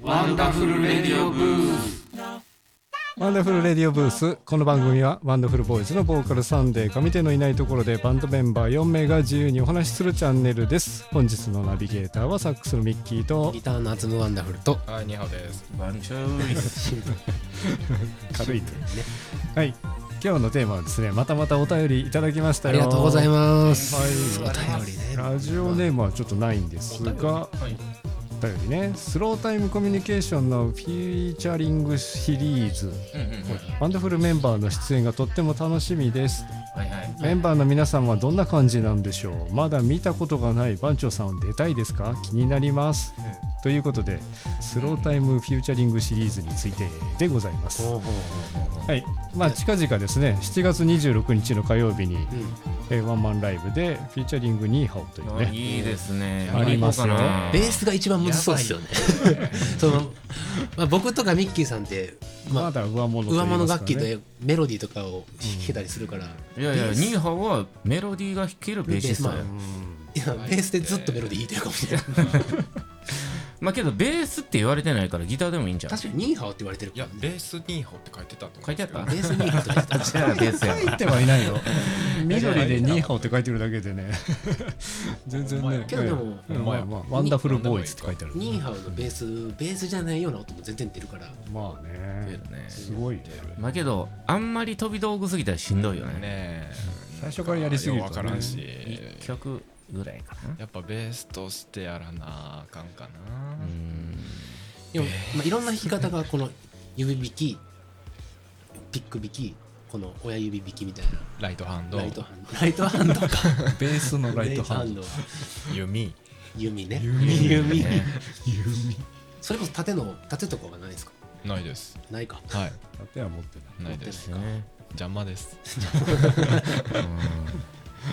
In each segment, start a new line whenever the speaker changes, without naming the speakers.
ワンダフルレディオブース
ワンダフルレディオブースこの番組はワンダフルボーイズのボーカルサンデー上手のいないところでバンドメンバー4名が自由にお話しするチャンネルです本日のナビゲーターはサックスのミッキーと
ギターの厚むワンダフルと
はい、ニハオです。
ワンチョイス
シンプル
軽いとはい今日のテーマはですねまたまたお便りいただきました
あ
よ
りがとうございます、
はい
お便りね
ラジオネームはちょっとないんですが
はい、
お便りねスロータイムコミュニケーションのフィーチャリングシリーズ
うんうんうん、
ワンダフルメンバーの出演がとっても楽しみです
はいはい。
メンバーの皆さんはどんな感じなんでしょうまだ見たことがない番長さん出たいですか気になります、ということでスロータイムフューチャリングシリーズについてでございます、
ほうほうほうほう
はいまあ、近々ですね7月26日の火曜日に、
うん
えーワンマンライブでフューチャリングニーハオというね
いいですね
ありますよ
行こうかな
ベースが一番難しそうですよね その、まあ、僕とかミッキーさんって、ま
ま
あ、
だ上物と言
上
いま
物
すか
楽器
ね
でメロディーとかを弾けたりするから、
いやいやニーハオはメロディーが弾けるベーシストだよ
ベースいやベースでずっとメロディー弾いてるかもしれない
まあけどベースって言われてないからギターでもいいんじゃん
確かにニーハオって言われてる
い
か
や
ら、ね
ベースニーホって書いてたと思う
書いてあった
ベースニーハオって言われてる
じゃあベースや
書いてはいないよ緑でニーハオって書いてるだけでね全然ね
けどでも
うんまあまあワンダフルボーイズって書いてある
ニーハオのベースベースじゃないような音も全然出るから
まあね
ね
すごいね
まあけどあんまり飛び道具すぎたらしんどいよね
ねえ。
最初からやりすぎるとね
ようわからんし。
1曲ぐらいかな
やっぱベースとしてやらなあかんかな
う。ん
でも、まあ、いろんな弾き方がこの指弾きピック弾きこの親指弾きみたいな
ライトハンド、
ライトハンドライトハンドか
ベースの
ライトハ
弓、
弓ね
弓
弓それこそ縦の縦とかはないですか
ないです。
ないか
はい、
縦は持ってない
ないです。
よね
邪魔です。
う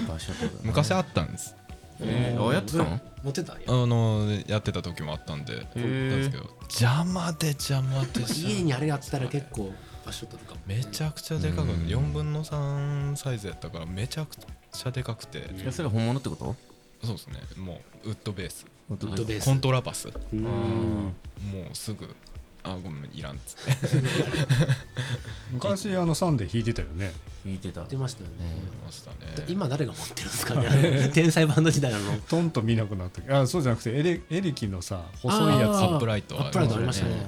ん場所とかね
昔あったんです。
えーあやってたの
持ってたんや
あのやってた時もあったんで、なん
ー
ですけど、邪魔で邪魔で
家にあれあったら結構場所取るかも
めちゃくちゃでかく
うん
て、4分の3サイズやったからめちゃくちゃでかくて、
いやそれ本物ってこと
そうですね、もうウッドベース、
ウッ
ウッドベース
コントラバス。
うーん
もうすぐあごめんいらんっつって
昔あのサンデー弾いてたよね
弾いてた
出ましたよね
ましたね
今誰が持ってるんですかね天才バンド時代の
トンと見なくなったけどあそうじゃなくてエレエレキのさ細いや
あ
つ
アップライトは
アップライトありましたね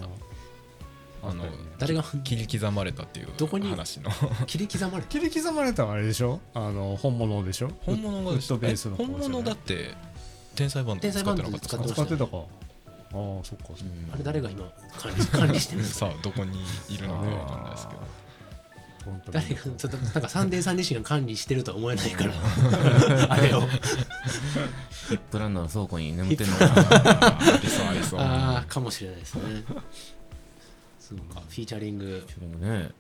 あ
あ
の
の
誰が
切り刻まれたっていう
どこに
話の
切り刻まれて
切り刻まれたはあれでしょあの本物でしょ
本物が
ウッドベースの
え本物だって天才バンド使ってなかったで
天
す
才バンドで
か
使ってたかああーそっかそっか
あれ誰が今管理管理してるんですか
さあどこにいるのかわかんないですけど
トンと見な
誰
く
がちょっとなんかサンデーさん自身が管理してるとは思えないから あれを
ヒップランドの倉庫に眠ってんのかな
あーありそうありそう
ああかもしれな いですねそうかフィーチャリング
ね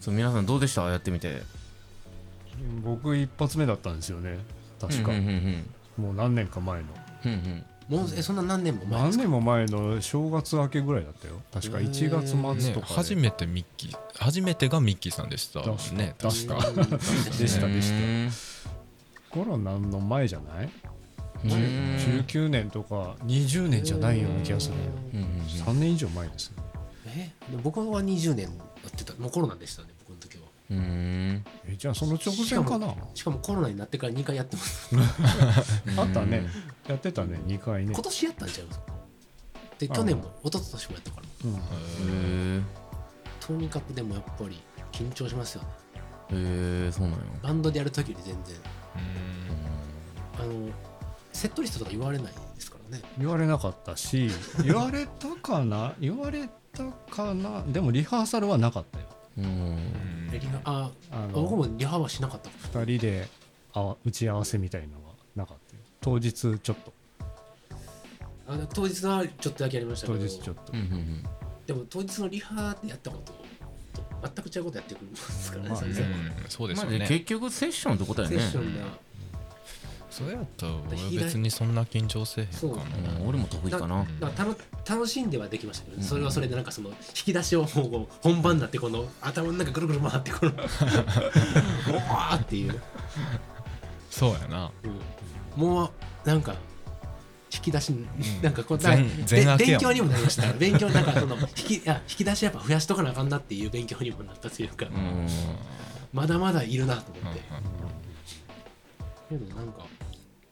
そう皆さんどうでしたやってみて
僕一発目だったんですよね確か
うんうんうん
もう何年か前の
うんうん
もうえそんな何年も前で
何
すか
年も前の正月明けぐらいだったよ確か
へー
1月末
ね
とかで
初めてミッキー初めてがミッキーさんでした
出した
ね
出した
うん確かに
でしたでした
た
コロナの前じゃない
うん
19年とか20年じゃないような気がする
うんうん
3年以上前ですね
えでも僕は20年やってたもうコロナでしたね僕の時は
うんうん
えじゃあその直前かな
しかもコロナになってから2回やってます
あったねやってたね2回ね
今年やったんちゃいますかで去年も一昨年もやったから
うん
へー
とにかくでもやっぱり緊張しますよね
へーそうなんや
バンドでやる時より全然あのセットリストとか言われないですからね
言われなかったし言われたかな言われたかなでもリハーサルはなかったよ
うん
レリハあ
あ
あ僕
の
もリハはしなかったか
2人であわ打ち合わせみたいのはなかったよ当日ちょっと
らあの当日はちょっとだけやりましたけ
当
ど
日ちょっと
うんうん
でも当日のリハでやったことと全く違うことやってくるんですからね、
まあ
そ
ね
れ
う
ぞれ
んそう
う
で
ん
す
まあで
よね
結局セッションってことや
セ
ね
ッションが、
それやったら俺別にそんな緊張せえへん
そう
かな
うん俺も得意かな
なんか楽楽しんではできましたけど、ねそれはそれでなんかその引き出しをもうこう本番になってこの頭の中ぐるぐる回ってこのおわーっていう、
そうやな
うんもうなんか引き出しに、なんかこう
全
なんか
全
で
開けや
勉
もん
強にもなりました勉強なんかその引きあ引き出しやっぱ増やしとかなあかんなっていう勉強にもなったというか、
うん
まだまだいるなと思って、
う
けどなんか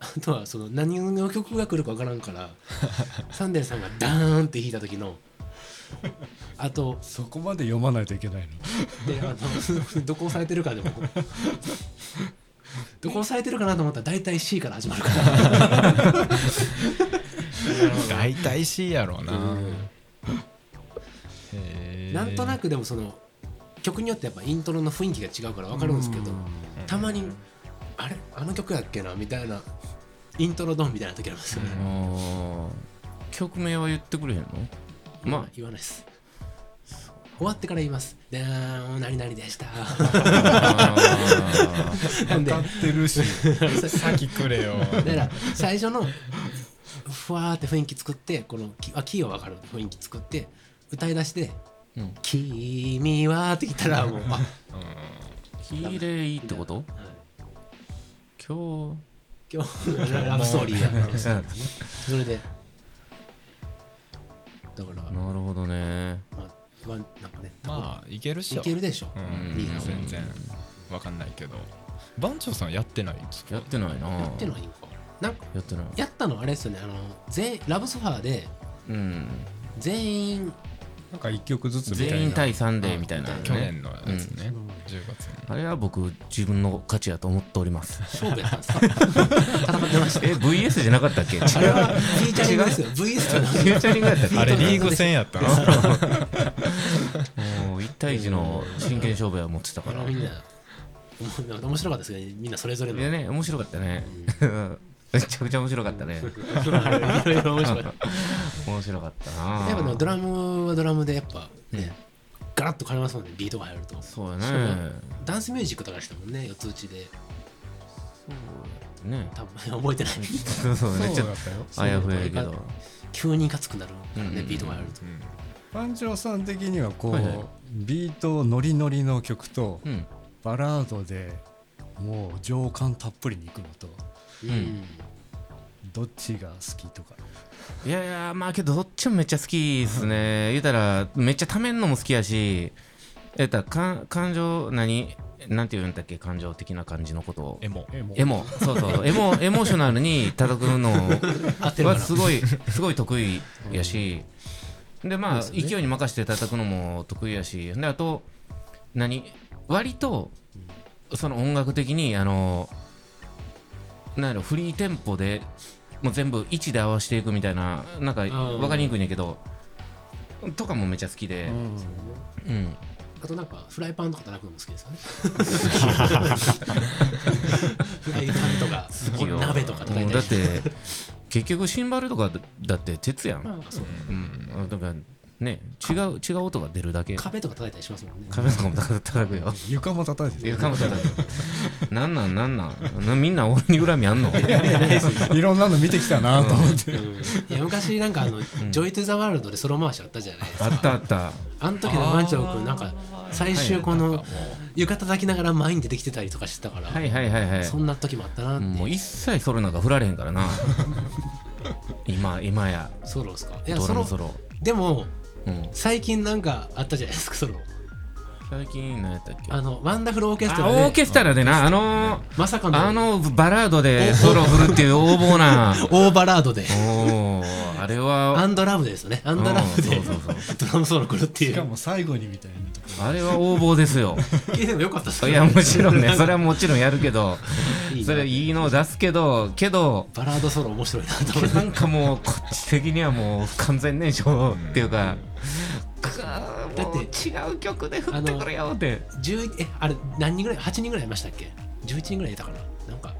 あとはその何の曲が来るかわからんからサンデーさんがダーンって弾いた時のあと
そこまで読まないといけないの
であの どこ押されてるかでもどこ押されてるかなと思ったら大体 C から始まるから
ん大体 C やろうな、へー
なんとなくでもその曲によってやっぱイントロの雰囲気が違うから分かるんですけどたまに「あれあの曲やっけな」みたいなイントロドンみたいな時ありますよね、
あー曲名は言ってくれへんの まあ
言わないです終わってから言います「でーん何々で した」
あ
なんで
歌ってるし先くれよ
だから最初のふわーって雰囲気作ってこのキあキーは分かる雰囲気作って歌い出して
ーうん
「君は」って言ったらもうあ
綺麗ってこと今
今日 のラブストーリーや
日
それでだから、ま
なるほどね
あ、なんかね多分
まあいけるっし
い
ょ
けるでしょ、
う
いい
ん
な
全然わかんないけど番長さんやってないんですか
やってないな
やってないのかなんか
やってない
やったのあれですよねあの全員ラブソファーで
うん
全員
なんか1曲ずつみたいな
全員対3でみたいなね
去年のやつね、10月に
あれは僕自分の価値やと思っております
勝負やったんですか戦ってました
え VS じゃなかったっけ違う
あれはフィーチャリングですよ VS と
フューチャリングやったっけ
あれリーグ戦やったな
もう1対1の真剣勝負は持ってたか
あ
ら
のみんなおも面白かったですけどねみんなそれぞれの
でね面白かったね めちゃくちゃ面白かったね
いろいろ面白かっ
面白かった
た
な
やっぱでもドラムはドラムでやっぱね、ガラッと変わりますもんねビートが入ると
そうや
しかも
ね
ダンスミュージックとかでしたもんね四つ打ちで
ね
多分覚えてない
そうそうねちょっと
たよ
あやふややけど
急にいかつくなるからね、
うん
ビートが入ると、
番長さん的にはこう、
はいはい
ビートノリノリの曲と
うん
バラードでもう情感たっぷりにいくのと
うん
ん
どっちが好きとか
いやいやまあけどどっちもめっちゃ好きですね言うたらめっちゃためんのも好きやし言うたらかん感情何なんて言うんだっけ感情的な感じのことを
エモ
えも
エモそうそ うエモエモーショナルに叩くの
合ってるか
は
ら
すごいすごい得意やしでまあ勢いに任せて叩くのも得意やしであと何割とその音楽的にあのなんやろフリーテンポでもう全部位置で合わせていくみたいななんか
ん
分かりにくいねんけどとかもめっちゃ好きでうん
あとなんかフライパンとか叩くのも好きですよねフライパンとか
好きよ
鍋とか叩い
もう
た
だ
り
っ
して
て結局シンバルとかだだって鉄やん
まあそう
うん、だからね違う違う音が出るだけ
壁とか叩いたりしますもんね
壁とかも叩くよ
床も叩いて
いやかもしれないなんなんなんなんなみんな俺に恨みあんの
るいろんなの見てきたなと思って、
いや昔なんかあの、ジョイ・トゥ・ザ・ワールドでソロ回しあったじゃないですか
あったあった
あの時の番長君なんか最終この浴衣抱きながら前に出てきてたりとかしてたから、
はいはいはいはい
そんな時もあったなって、
もう一切ソロなんか振られへんからな 今今や
ソロですかいや
ド
ソ
ラ
ロ
ムソロ、
でも
うん、
最近なんかあったじゃないですかソロ
最近何やったっけ
あのワンダフルオーケスト
あ
ラ
オ
で
ーケストラでなあの
まさかの
あのバラードでソロ振るっていう横暴な
オーバーラードで
おーあれは
アンドラブですよねアンドラブで
うんそうそう
ドラムソロ来るってい
しか
う
も最後にみたいなとこ
あれは横暴ですよ
でもよかったっす
いやもちろんねそれはもちろんやるけど
いいな
それいいのを出すけどけど
バラードソロ面白いなと思って
なんかもうこっち的にはもう完全燃焼っていうかだ
もう
違う曲で振
ってくれ
よって
11えあれ何人ぐらい8人ぐらいいましたっけ11人ぐらいいたかななんか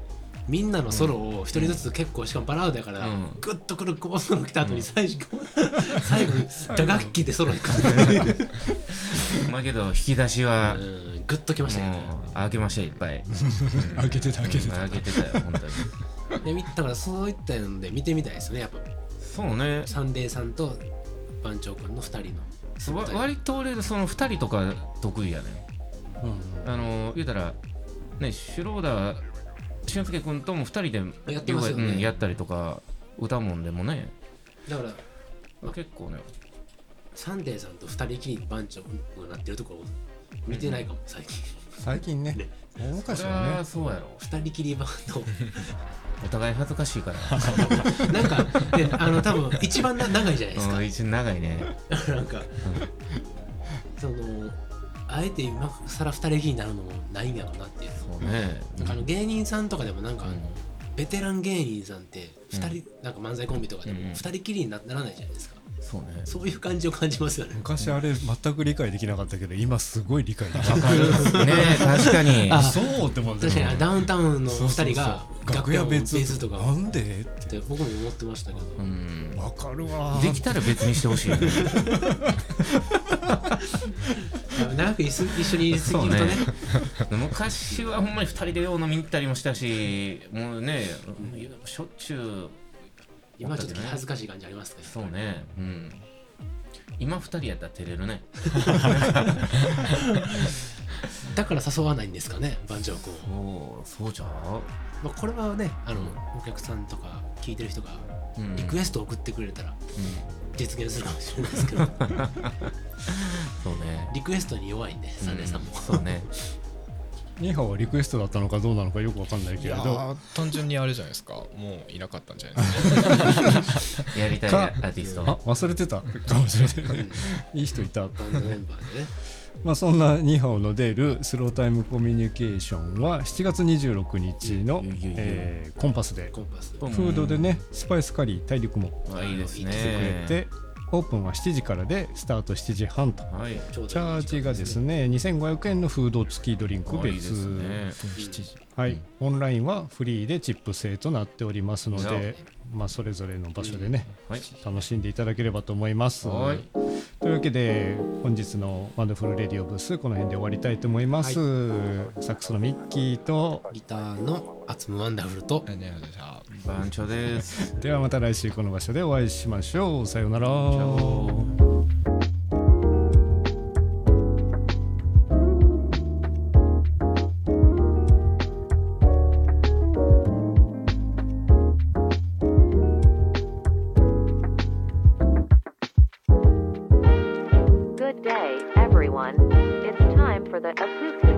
みんなのソロを一人ずつ結構しかもバラードやから、
うん
グッとくるコースの来た後に最後、 最後に打楽器でソロ行く
まあけど引き出しは
う
もうん
グッときましたよね
開けましたよいっぱい
開けてた開けてた
開けてたよ本 当に
でみだからそういったので見てみたいですねやっぱ
そうね
サンデーさんと番長君の2人の
わ割と俺その2人とか得意やねあの言うたらねシュローダー俊介君とも2人で
やってますよね
うんやったりとか歌もんでもね
だから
結構ね
サンデーさんと二人きりに番長がなってるところ見てないかも最近
最近ね
ね
大昔
そり
は
ゃ
ね
そうやろ
二人きりバンド
お互い恥ずかしいから
なんか、ね、あの多分一番な長いじゃないです
うん一応長いね
か なんかそのあえて今更二人きりになるのもないんやろうなっていう
そうね
あの芸人さんとかでもなんか、あの
うん
ベテラン芸人さんって二人、
う
なんか漫才コンビとかで
うん
も
うん
二人きりになならないじゃないですか、
そうね
そういう感じを感じますよね
昔あれ全く理解できなかったけど今すごい理解できた
ねえ確かに
あ
そうって思って
確かにあダウンタウンの二人が
楽屋別
別とか
な
っ
んでって
て僕も思ってましたけど
うん
わかるわ
できたら別にしてほしいよね
長くいす一緒にいすぎるとね
そ昔はほんまに2人でよう飲みに行ったりもしたしもうねしょっちゅう
今はちょっと恥ずかしい感じありますね
そうねうん今2人やったら照れるね
だから誘わないんですかね番長君を、
そうそうじゃ
まあ、これはねあのお客さんとか聞いてる人が
う、うん、
リクエスト送ってくれたら実現するかもしれないですけど、
そうね
リクエストに弱いんでサンデーさんも、
うそうね
ニーハオはリクエストだったのかどうなのかよくわかんない
い
けれ
や
ど
ー単純にあれじゃないですかもういなかったんじゃないですか
やりたい
か
アーティス
あ
ト
忘れてたかもしれないねいい人いた
バンドメンバーでね
まあそんなニーハオの出るスロータイムコミュニケーションは7月26日の
いやいやいやいや
えーコンパスで
コンパス
コン
フードでねスパイスカリー大陸も
あいいですね
いいです
くれてオープンは7時からでスタート7時半と
はい
ちょうどいい
チャージがですね2500円のフード付きドリンク
あいいで
別
すね
はい、オンラインはフリーでチップ制となっておりますの
じゃ
で、まあ、それぞれの場所でね、
はい
楽しんでいただければと思います。
はい
というわけで本日の「ワンダフルレディオブース」この辺で終わりたいと思います。サックスのミッキーと
ギターのアツムワンダフルと
ねえじゃあ
番長です
ではまた来週この場所でお会いしましょう。さようなら。
Good day, everyone. It's time for the acoustic